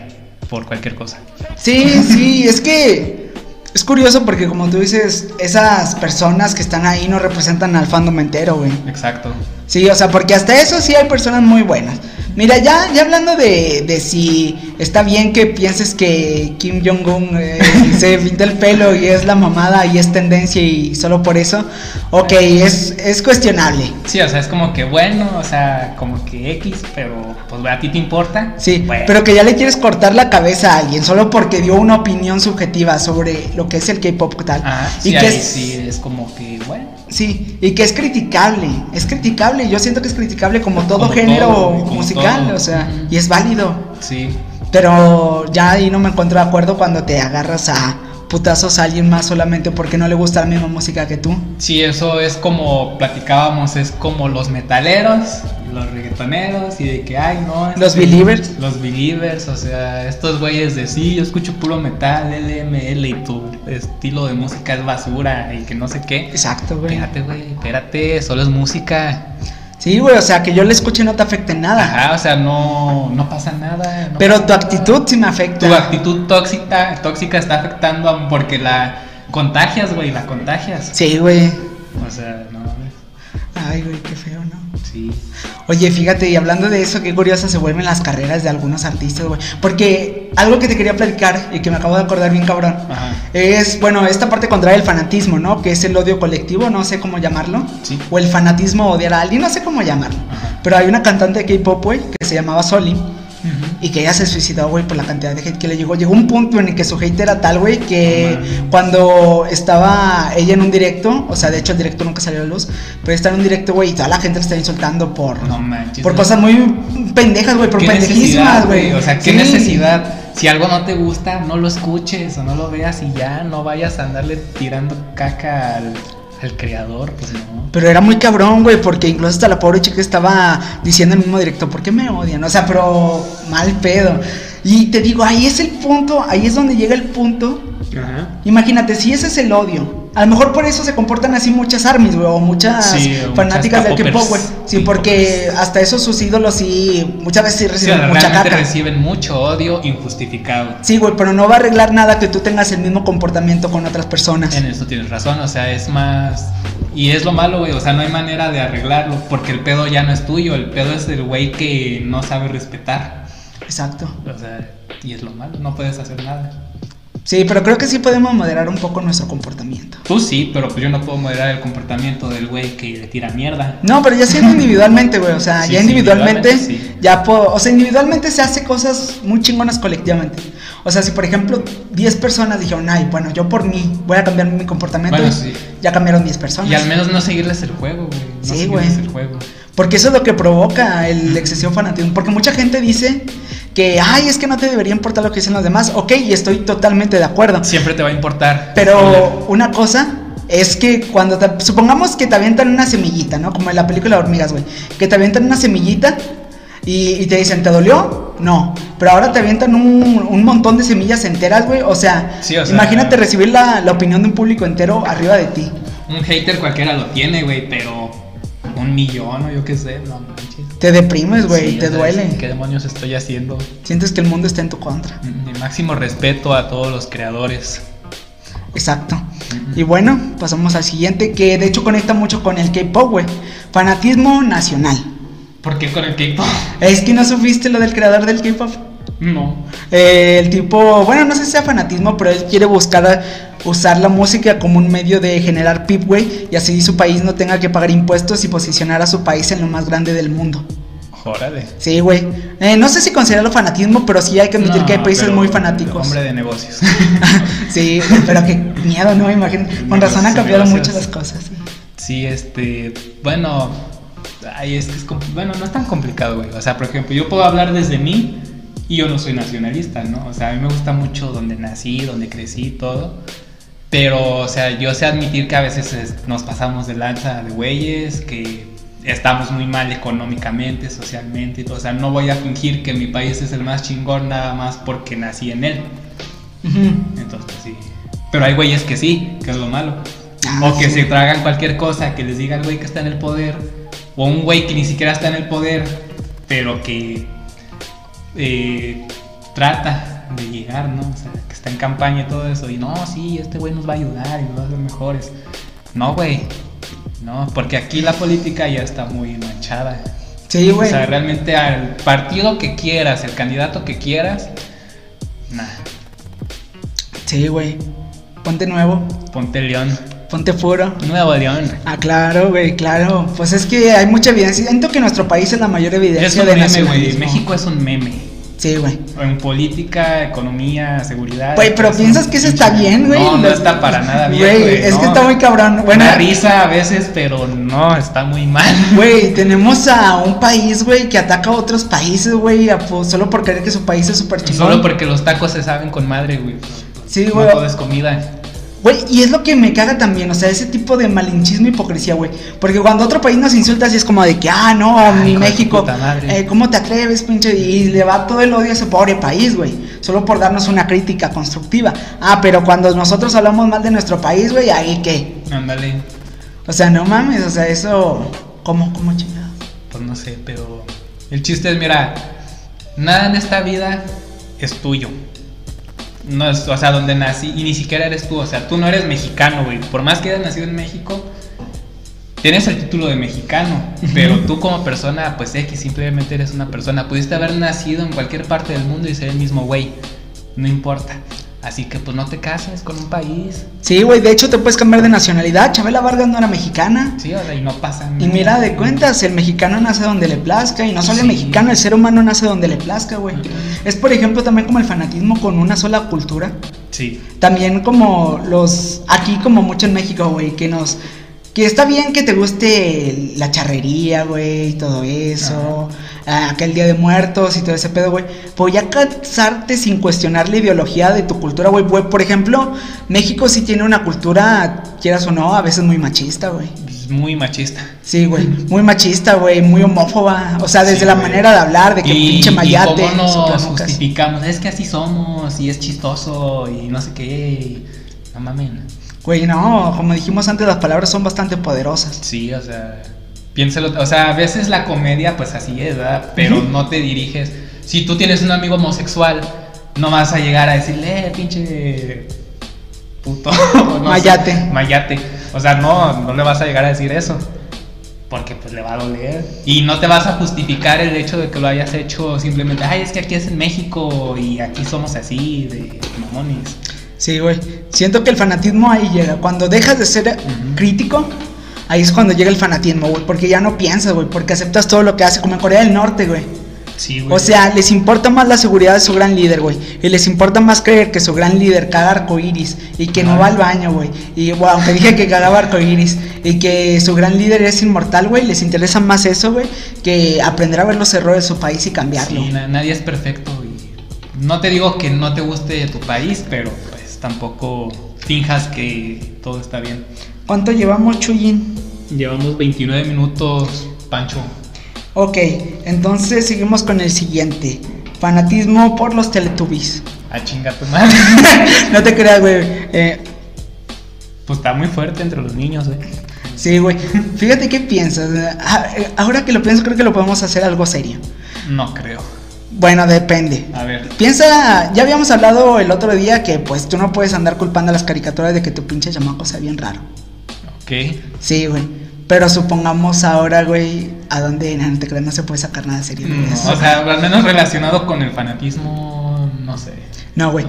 B: por cualquier cosa.
A: Sí, sí, es que es curioso porque como tú dices, esas personas que están ahí no representan al fandom entero, güey.
B: Exacto.
A: Sí, o sea, porque hasta eso sí hay personas muy buenas. Mira, ya, ya hablando de, de si está bien que pienses que Kim Jong-un eh, se pinta el pelo y es la mamada y es tendencia y solo por eso, ok, es, es cuestionable.
B: Sí, o sea, es como que bueno, o sea, como que X, pero pues a ti te importa.
A: Sí,
B: Bueno.
A: pero que ya le quieres cortar la cabeza a alguien solo porque dio una opinión subjetiva sobre lo que es el K-pop tal.
B: Ah,
A: y
B: sí,
A: que
B: ahí
A: es-
B: sí, es como que bueno.
A: Sí, y que es criticable, es criticable, yo siento que es criticable como todo
B: Como
A: género
B: todo, güey, como
A: musical,
B: todo.
A: o sea,
B: Ujú.
A: y es válido,
B: Sí,
A: pero ya ahí no me encuentro de acuerdo cuando te agarras a putazos a alguien más solamente porque no le gusta la misma música que tú.
B: Sí, eso es como platicábamos, es como los metaleros, los reggaetoneros y de que, ay, no.
A: Los believers.
B: Los believers, o sea, estos güeyes de sí, yo escucho puro metal, LML y tu estilo de música es basura y que no sé qué.
A: Exacto, güey.
B: Espérate, güey, espérate, solo es música.
A: Sí, güey, o sea, que yo le escuche no te afecte en nada,
B: Ajá, o sea, no, no pasa nada. no
A: pero
B: pasa
A: tu
B: nada.
A: actitud sí me afecta.
B: Tu actitud tóxica, tóxica está afectando a- porque la contagias, güey, la contagias.
A: Sí, güey.
B: O sea, no mames.
A: Ay, güey, qué feo, ¿no?
B: Sí.
A: Oye, fíjate, y hablando de eso, qué curiosas se vuelven las carreras de algunos artistas, güey. Porque algo que te quería platicar y que me acabo de acordar bien cabrón,
B: Ajá.
A: es, bueno, esta parte contraria del fanatismo, ¿no? Que es el odio colectivo, no sé cómo llamarlo.
B: Sí.
A: O el fanatismo odiar a alguien, no sé cómo llamarlo.
B: Ajá.
A: Pero hay una cantante de K-pop, güey, que se llamaba Soli. Y que ella se suicidó, güey, por la cantidad de hate que le llegó. Llegó un punto en el que su hate era tal, güey, que
B: No mames.
A: cuando estaba ella en un directo, o sea, de hecho el directo nunca salió a la luz, pero estaba en un directo, güey, y toda la gente le estaba insultando por,
B: No manches.
A: por
B: güey.
A: cosas muy pendejas, güey, por
B: ¿Qué
A: pendejísimas,
B: necesidad,
A: güey.
B: O sea, qué
A: Sí.
B: necesidad. Si algo no te gusta, no lo escuches o no lo veas y ya no vayas a andarle tirando caca al, al creador. Pues no.
A: Pero era muy cabrón, güey, porque incluso hasta la pobre chica estaba diciendo en el mismo directo, ¿por qué me odian? O sea, pero mal pedo. Y te digo, ahí es el punto, ahí es donde llega el punto. Imagínate, si ese es el odio A lo mejor por eso se comportan así muchas armies, güey, o muchas
B: Sí, o
A: fanáticas
B: muchas
A: del K-pop, güey.
B: K-popers.
A: Sí, porque
B: K-popers.
A: hasta eso sus ídolos sí, muchas veces sí
B: Sí,
A: reciben mucha
B: realmente
A: caca.
B: reciben mucho odio injustificado.
A: Sí, güey, pero no va a arreglar nada que tú tengas el mismo comportamiento con otras personas.
B: En eso tienes razón, o sea, es más... Y es lo malo, güey, o sea, no hay manera de arreglarlo, porque el pedo ya no es tuyo, el pedo es del güey que no sabe respetar.
A: Exacto.
B: O sea, y es lo malo, no puedes hacer nada.
A: Sí, pero creo que sí podemos moderar un poco nuestro comportamiento.
B: Tú sí, pero pues yo no puedo moderar el comportamiento del güey que le tira mierda.
A: No, pero ya siendo individualmente, güey. O sea,
B: Sí,
A: ya
B: sí,
A: individualmente,
B: individualmente, sí.
A: ya puedo. O sea, individualmente se hace cosas muy chingonas colectivamente. O sea, si por ejemplo 10 personas dijeron, ay, bueno, yo por mí voy a cambiar mi comportamiento,
B: Bueno, sí.
A: ya cambiaron 10 personas.
B: Y al menos no seguirles el juego, güey. No
A: Sí,
B: seguirles
A: güey.
B: el juego.
A: Porque eso es lo que provoca el excesivo fanatismo. Porque mucha gente dice que, ay, es que no te debería importar lo que dicen los demás. Ok, y estoy totalmente de acuerdo.
B: Siempre te va a importar.
A: Pero una cosa es que cuando te- supongamos que te avientan una semillita, ¿no? Como en la película de hormigas, güey. Que te avientan una semillita y, y te dicen, ¿te dolió? No. Pero ahora te avientan un, un montón de semillas enteras, güey. O sea,
B: Sí, o sea-
A: imagínate recibir la, la opinión de un público entero arriba de ti.
B: Un hater cualquiera lo tiene, güey, pero un millón o yo qué sé, no manches.
A: Te deprimes, Pues, güey,
B: Sí,
A: te
B: o sea,
A: duele.
B: ¿Qué demonios estoy haciendo?
A: Sientes que el mundo está en tu contra.
B: Mi máximo respeto a todos los creadores.
A: Exacto. Y bueno, pasamos al siguiente, que de hecho conecta mucho con el K-pop, güey. Fanatismo nacional.
B: ¿Por qué con el K-pop?
A: Es que no supiste lo del creador del K-pop.
B: No.
A: Eh, el tipo, bueno, no sé si sea fanatismo, pero él quiere buscar a- usar la música como un medio de generar pip, güey, y así su país no tenga que pagar impuestos y posicionar a su país en lo más grande del mundo.
B: Órale.
A: Sí, güey. Eh, no sé si considerarlo fanatismo, pero sí hay que admitir
B: No,
A: que hay países
B: pero
A: muy fanáticos.
B: Hombre de negocios.
A: sí, pero qué miedo, ¿no? Imagínate. Con razón han
B: Negocios,
A: cambiado mucho
B: negocios.
A: las cosas. sí.
B: sí, este. Bueno. Ay, es que es. compl- Bueno, no es tan complicado, güey. O sea, por ejemplo, yo puedo hablar desde mí y yo no soy nacionalista, ¿no? O sea, a mí me gusta mucho donde nací, donde crecí y todo. Pero, o sea, yo sé admitir que a veces es- nos pasamos de lanza de güeyes, que estamos muy mal económicamente, socialmente y todo. O sea, no voy a fingir que mi país es el más chingón nada más porque nací en él.
A: Ujú.
B: Entonces, pues, sí. Pero hay güeyes que sí, que es lo malo.
A: Ah,
B: o que
A: sí.
B: se tragan cualquier cosa, que les diga el güey que está en el poder. O un güey que ni siquiera está en el poder, pero que eh, trata de llegar, ¿no? O sea, que está en campaña y todo eso. Y no, sí, este güey nos va a ayudar y nos va a hacer mejores. No, güey. No, porque aquí la política ya está muy manchada.
A: Sí, güey.
B: O sea, realmente al partido que quieras, el candidato que quieras, nah,
A: Sí, güey. Ponte nuevo,
B: ponte león.
A: ponte puro.
B: Nuevo León.
A: Ah, claro, güey, claro. Pues es que hay mucha evidencia. Siento que nuestro país es la mayor evidencia
B: Es un
A: de
B: meme, güey.
A: nacionalismo.
B: México es un meme.
A: Sí, güey.
B: En política, economía, seguridad.
A: Güey, pero
B: es un
A: piensas que eso está
B: pinche-
A: bien, güey.
B: No, no
A: Lo-
B: está para nada bien.
A: Güey, es que
B: no.
A: está muy cabrón. Bueno,
B: Una risa a veces, pero no, está muy mal.
A: güey, tenemos a un país, güey, que ataca a otros países, güey, a- po- solo por creer que su país es súper chingón.
B: Solo porque los tacos se saben con madre, güey.
A: Sí,
B: No
A: güey.
B: todo es comida.
A: Güey, y es lo que me caga también, o sea, ese tipo de malinchismo e hipocresía, güey. Porque cuando otro país nos insulta, así es como de que, ah, no,
B: Ay,
A: mi
B: hijo de
A: México,
B: puta madre.
A: eh, ¿cómo te atreves, pinche? Y le va todo el odio a ese pobre país, güey. Solo por darnos una crítica constructiva. Ah, pero cuando nosotros hablamos mal de nuestro país, güey, ahí qué.
B: Ándale.
A: O sea, no mames, o sea, eso. ¿Cómo, cómo chingados?
B: Pues no sé, pero. El chiste es, mira, nada en esta vida es tuyo. No es, o sea, donde nací, y ni siquiera eres tú, o sea, tú no eres mexicano, güey. Por más que hayas nacido en México, tienes el título de mexicano, pero tú como persona, pues X, simplemente eres una persona. Pudiste haber nacido en cualquier parte del mundo y ser el mismo güey, no importa. Así que, pues no te cases con un país,
A: Sí, güey, de hecho te puedes cambiar de nacionalidad. Chabela Vargas no era mexicana.
B: sí, o sea, y no pasa
A: Y
B: nada.
A: mira de cuentas, el mexicano nace donde le plazca y no solo el
B: Sí.
A: mexicano, el ser humano nace donde le plazca, güey.
B: Ujú.
A: Es por ejemplo también como el fanatismo con una sola cultura.
B: Sí,
A: También como los aquí como mucho en México, güey, que nos que está bien que te guste la charrería, güey, y todo eso, ah, aquel día de muertos y todo ese pedo, güey. Pero ya casarte sin cuestionar la ideología de tu cultura, güey. Güey, Por ejemplo, México sí tiene una cultura, quieras o no, a veces muy machista, güey.
B: es muy machista.
A: Sí, güey, muy machista, güey, muy homófoba. O sea, desde
B: Sí,
A: la
B: güey.
A: manera de hablar, de que pinche mayate.
B: cómo nos
A: soplanucas.
B: justificamos, es que así somos y es chistoso y no sé qué. y No mamen.
A: Güey, no, como dijimos antes, las palabras son bastante poderosas.
B: Sí, o sea, piénsalo, o sea, a veces la comedia pues así es, ¿verdad? Pero
A: Ujú.
B: no te diriges. Si tú tienes un amigo homosexual, no vas a llegar a decirle, eh, pinche puto. o no sé,
A: Mayate.
B: mayate. O sea, no, no le vas a llegar a decir eso. Porque pues le va a doler. Y no te vas a justificar el hecho de que lo hayas hecho simplemente, ay, es que aquí es en México y aquí somos así, de mamones.
A: Sí, güey. Siento que el fanatismo ahí llega. Cuando dejas de ser
B: Ujú.
A: crítico, ahí es cuando llega el fanatismo, güey. Porque ya no piensas, güey. Porque aceptas todo lo que hace, como en Corea del Norte, güey.
B: Sí,
A: O sea, les importa más la seguridad de su gran líder, güey. Y les importa más creer que su gran líder caga arcoiris y que no va al baño, güey. Y wow, aunque dije que cagaba arcoiris y que su gran líder es inmortal, güey, les interesa más eso, güey, que aprender a ver los errores de su país y cambiarlo.
B: Sí, na- nadie es perfecto y no te digo que no te guste tu país, pero pues tampoco finjas que todo está bien.
A: ¿Cuánto llevamos, Chuyin?
B: Llevamos 29 minutos, Pancho.
A: Ok, entonces seguimos con el siguiente. Fanatismo por los Teletubbies.
B: A chingar tu madre.
A: no te creas, güey. Eh,
B: Pues está muy fuerte entre los niños, eh.
A: sí, güey. Fíjate qué piensas. Ah, eh, Ahora que lo pienso, creo que lo podemos hacer algo serio.
B: No creo.
A: Bueno, depende.
B: A ver.
A: Piensa, ya habíamos hablado el otro día que pues tú no puedes andar culpando a las caricaturas de que tu pinche chamaco sea bien raro.
B: Ok.
A: Sí, güey. Pero supongamos ahora, güey, a dónde no, no te creas, no se puede sacar nada serio de
B: Mm,
A: eso.
B: o sea, al menos relacionado con el fanatismo, no sé.
A: No, güey.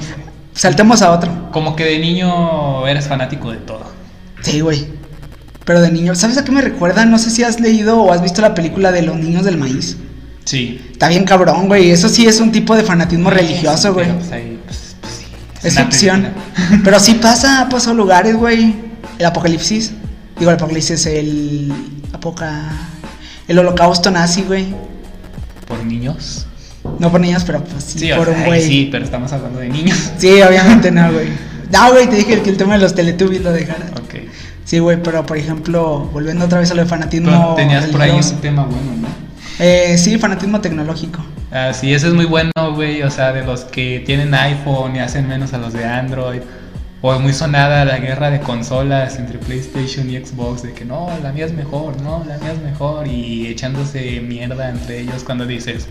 A: Saltemos a otro.
B: Como que de niño eres fanático de todo.
A: Sí, güey. Pero de niño, ¿sabes a qué me recuerda? No sé si has leído o has visto la película de Los Niños del Maíz.
B: Sí.
A: Está bien cabrón, güey. Eso sí es un tipo de fanatismo religioso, güey.
B: Pero, pues, ahí, pues, pues, sí.
A: Es
B: una
A: ficción.
B: película.
A: Pero sí pasa, ha pasado lugares, güey. El apocalipsis. Digo, el apocalipsis, el. Apoca. El holocausto nazi, güey.
B: Por niños.
A: No por niños, pero pues sí,
B: Sí, o
A: por
B: sea,
A: un
B: ay,
A: güey.
B: sí, pero estamos hablando de niños.
A: Sí, obviamente no, güey. No, güey, te dije que el tema de los teletubbies lo dejara.
B: Ok.
A: Sí, güey, pero por ejemplo, volviendo otra vez a lo de
B: Tú
A: fanatismo.
B: tenías por ahí
A: religioso.
B: un tema bueno, ¿no?
A: Eh, sí, fanatismo tecnológico.
B: Ah, sí, ese es muy bueno, güey. O sea, de los que tienen iPhone y hacen menos a los de Android. O muy sonada la guerra de consolas entre PlayStation y Xbox, de que no, la mía es mejor, no, la mía es mejor. Y echándose mierda entre ellos cuando dices,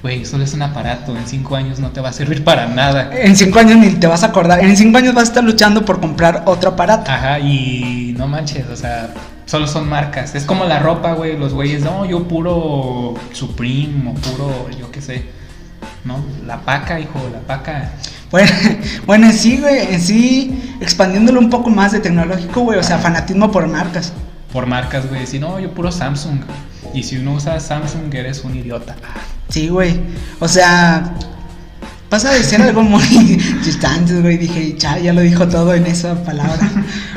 B: güey, solo es un aparato, en cinco años no te va a servir para nada.
A: En cinco años ni te vas a acordar. En cinco años vas a estar luchando por comprar otro aparato.
B: Ajá, y no manches, o sea, solo son marcas. Es como la ropa, güey, los güeyes, no, yo puro Supreme o puro, yo qué sé. No, la paca, hijo, la paca.
A: Bueno, bueno, en sí, güey, en sí, expandiéndolo un poco más de tecnológico, güey, o sea, fanatismo por marcas.
B: Por marcas, güey, si no, yo puro Samsung. Y si uno usa Samsung, eres un idiota.
A: Sí, güey. O sea, pasa de ser algo muy distante, güey. Dije, ya, ya lo dijo todo en esa palabra.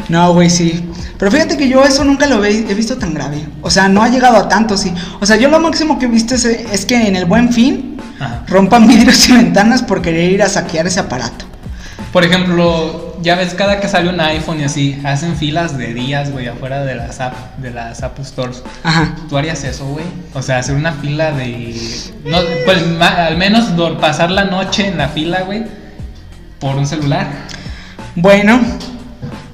A: No, güey, sí. Pero fíjate que yo eso nunca lo ve- he visto tan grave. O sea, no ha llegado a tanto, sí. O sea, yo lo máximo que he visto es, es que en el buen fin
B: Ajá.
A: rompan vidrios y ventanas por querer ir a saquear ese aparato.
B: Por ejemplo, ya ves, cada que sale un iPhone y así, hacen filas de días, güey, afuera de las, app, de las App Stores.
A: Ajá.
B: ¿Tú harías eso, güey? O sea, hacer una fila de... no, pues ma- al menos dor- pasar la noche en la fila, güey, por un celular.
A: Bueno,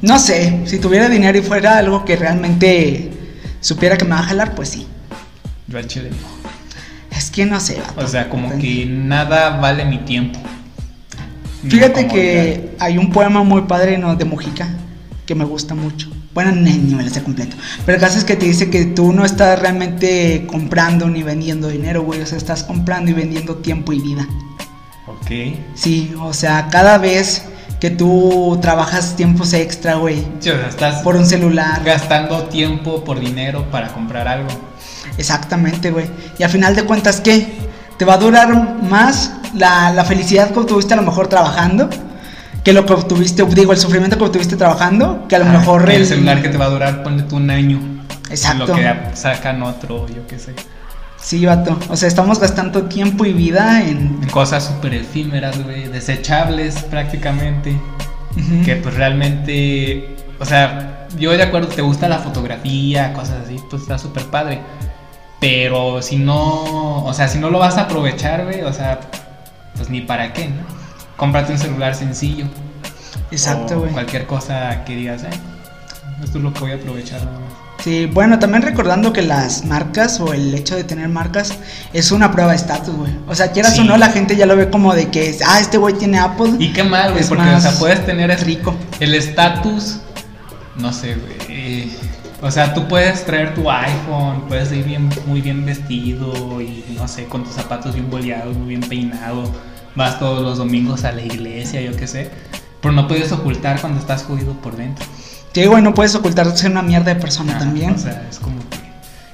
A: no sé, si tuviera dinero y fuera algo que realmente supiera que me va a jalar, pues sí.
B: Yo al chile no.
A: Es que no sé. vato.
B: O sea, como que nada vale mi tiempo. Mi
A: Fíjate
B: comodidad.
A: que hay un poema muy padre ¿no? de Mujica que me gusta mucho. Bueno, ni, ni me lo sé completo. Pero el caso es que te dice que tú no estás realmente comprando ni vendiendo dinero, güey. O sea, estás comprando y vendiendo tiempo y vida.
B: Ok.
A: Sí, o sea, cada vez que tú trabajas tiempos extra, güey,
B: Sí, o sea, estás
A: por un celular,
B: gastando tiempo por dinero para comprar algo.
A: Exactamente, güey. Y al final de cuentas, ¿qué? Te va a durar más la, la felicidad que obtuviste a lo mejor trabajando que lo que obtuviste, digo, el sufrimiento que obtuviste trabajando, que a lo
B: Ah,
A: mejor
B: el celular que te va a durar, ponle tú un año.
A: Exacto.
B: Lo que sacan otro, yo qué sé.
A: Sí, vato. O sea, estamos gastando tiempo y vida en.
B: Cosas súper efímeras, güey. Desechables prácticamente.
A: Ujú.
B: que pues realmente, o sea, yo de acuerdo, te gusta la fotografía, cosas así, pues está súper padre. Pero si no, o sea, si no lo vas a aprovechar, güey, o sea, pues ni para qué, ¿no? Cómprate un celular sencillo.
A: Exacto,
B: o
A: güey.
B: Cualquier cosa que digas, eh, esto lo voy a aprovechar nada más.
A: Sí, bueno, también recordando que las marcas o el hecho de tener marcas es una prueba de estatus, güey. O sea, quieras
B: Sí.
A: o no, la gente ya lo ve como de que, ah, este güey tiene Apple.
B: Y qué mal, güey,
A: Es
B: porque o
A: más
B: sea, puedes tener es-
A: rico.
B: el estatus, no sé, güey. O sea, tú puedes traer tu iPhone, puedes ir bien, muy bien vestido y no sé, con tus zapatos bien boleados, muy bien peinado. Vas todos los domingos a la iglesia, yo qué sé. Pero no puedes ocultar cuando estás jodido por dentro.
A: Que, güey, no puedes ocultar ser una mierda de persona
B: Ah,
A: también.
B: O sea, es como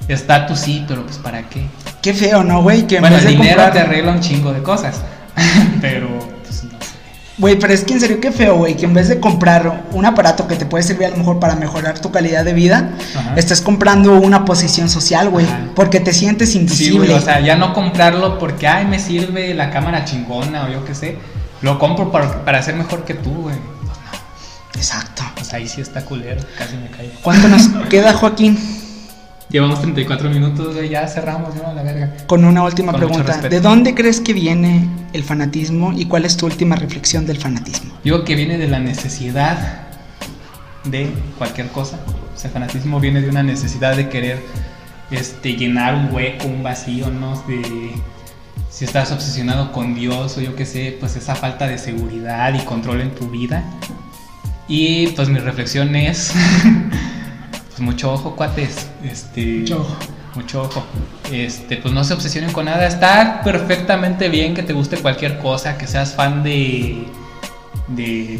B: que estatus sí, pero pues para qué.
A: Qué feo, ¿no, güey? Que en
B: bueno,
A: vez
B: el
A: de
B: dinero
A: comprar-
B: te arregla un chingo de cosas. pero, pues no sé.
A: Güey, pero es que en serio qué feo, güey, que en vez de comprar un aparato que te puede servir a lo mejor para mejorar tu calidad de vida,
B: Ajá.
A: estás comprando una posición social, güey,
B: Ajá.
A: porque te sientes
B: Sí,
A: invisible.
B: güey, o sea, ya no comprarlo porque, ay, me sirve la cámara chingona o yo qué sé. Lo compro para, para ser mejor que tú, güey.
A: Exacto.
B: Pues ahí sí está culero, casi me caigo.
A: ¿Cuánto nos queda, Joaquín?
B: Llevamos 34 minutos, güey, ya cerramos, ¿no? La verga.
A: Con una última
B: Con mucho
A: pregunta.
B: respeto.
A: ¿De dónde crees que viene el fanatismo y cuál es tu última reflexión del fanatismo?
B: Digo que viene de la necesidad de cualquier cosa. O sea, el fanatismo viene de una necesidad de querer este, llenar un hueco, un vacío, ¿no? De, si estás obsesionado con Dios o yo qué sé, pues esa falta de seguridad y control en tu vida. Y pues mi reflexión es, pues mucho ojo, cuates. Este,
A: Mucho ojo.
B: Mucho ojo. Este, pues no se obsesionen con nada. Está perfectamente bien que te guste cualquier cosa, que seas fan de, de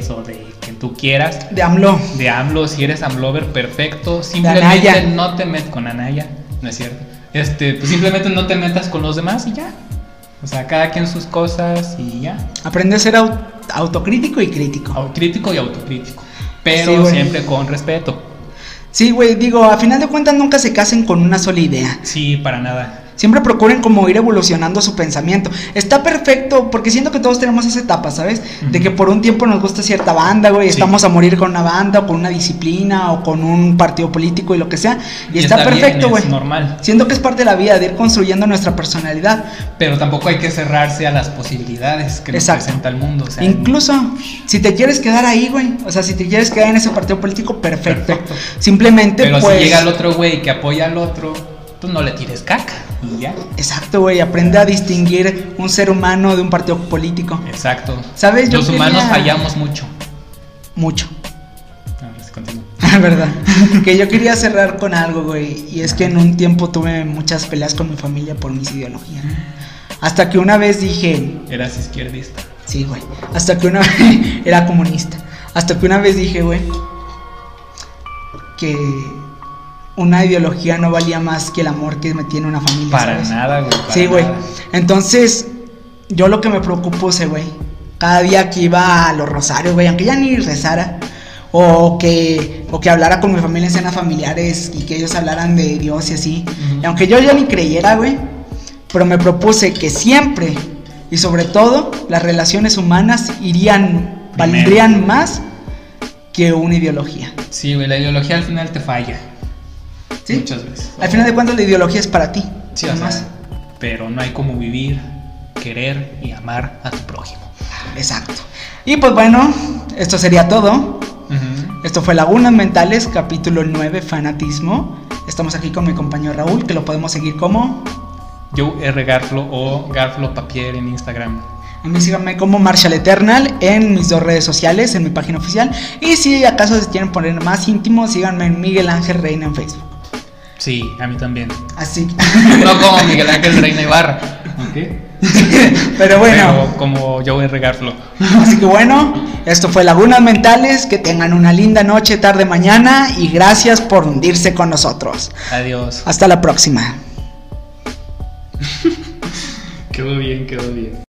B: BTS o de quien tú quieras
A: De AMLO.
B: de AMLO, si eres AMLover, perfecto.
A: Anaya.
B: Simplemente no te metas con Anaya, no es cierto. Este, pues simplemente no te metas con los demás y ya. O sea, cada quien sus cosas y ya.
A: Aprende a ser au- autocrítico y crítico.
B: Au- Crítico y autocrítico.
A: Sí,
B: Pero
A: güey.
B: siempre con respeto.
A: Sí, güey, digo, a final de cuentas nunca se casen con una sola idea.
B: Sí, para nada.
A: Siempre procuren como ir evolucionando su pensamiento. Está perfecto, porque siento que todos tenemos esa etapa, ¿sabes? De
B: Ujú.
A: que por un tiempo nos gusta cierta banda, güey,
B: Sí.
A: estamos a morir con una banda o con una disciplina o con un partido político y lo que sea. Y, está,
B: bien,
A: perfecto,
B: es
A: güey.
B: normal.
A: Siento que es parte de la vida, de ir construyendo nuestra personalidad.
B: Pero tampoco hay que cerrarse a las posibilidades que nos
A: Exacto.
B: presenta el mundo. O sea,
A: Incluso si te quieres quedar ahí, güey, o sea, si te quieres quedar en ese partido político, perfecto.
B: Perfecto.
A: Simplemente,
B: Pero
A: pues.
B: si llega el otro güey que apoya al otro, tú no le tires caca y ya.
A: Exacto, güey, aprende a distinguir un ser humano de un partido político.
B: Exacto.
A: ¿Sabes? Yo
B: Los humanos
A: quería-
B: fallamos mucho.
A: Mucho.
B: A ver, continúa.
A: La verdad. Que yo quería cerrar con algo, güey. Y es que en un tiempo tuve muchas peleas con mi familia por mis ideologías. ¿no? Hasta que una vez dije,
B: Eras izquierdista.
A: sí, güey. Hasta que una vez era comunista. Hasta que una vez dije, güey, que una ideología no valía más que el amor que me tiene una familia.
B: Para
A: ¿sabes?
B: nada, güey. para
A: Sí, güey.
B: nada.
A: Entonces, yo lo que me preocupuse, güey, cada día que iba a los rosarios, güey, aunque ya ni rezara, o que, o que hablara con mi familia en cenas familiares y que ellos hablaran de Dios y así,
B: Ujú.
A: y aunque yo ya ni creyera, güey, pero me propuse que siempre y sobre todo las relaciones humanas irían,
B: Primero.
A: valdrían más que una ideología.
B: Sí, güey, la ideología al final te falla.
A: ¿Sí?
B: Muchas veces.
A: Al final de cuentas, la ideología es para ti.
B: Sí, o
A: nada
B: sea,
A: más.
B: Pero no hay como vivir, querer y amar a tu prójimo.
A: Exacto. Y pues bueno, esto sería todo.
B: Ujú.
A: Esto fue Lagunas Mentales, capítulo 9, fanatismo. Estamos aquí con mi compañero Raúl, que lo podemos seguir como.
B: Yo R. Garflo o Garflo Papier en Instagram.
A: A mí síganme como Marshall Eternal en mis dos redes sociales, en mi página oficial. Y si acaso se quieren poner más íntimos, síganme en Miguel Ángel Reina en Facebook.
B: Sí, a mí también.
A: Así.
B: No como Miguel Ángel Reina Ibarra. ¿ok?
A: Pero bueno,
B: Pero como yo R. Garflo.
A: así que bueno, esto fue Lagunas Mentales. Que tengan una linda noche, tarde, mañana. Y gracias por hundirse con nosotros.
B: Adiós.
A: Hasta la próxima.
B: Quedó bien, quedó bien.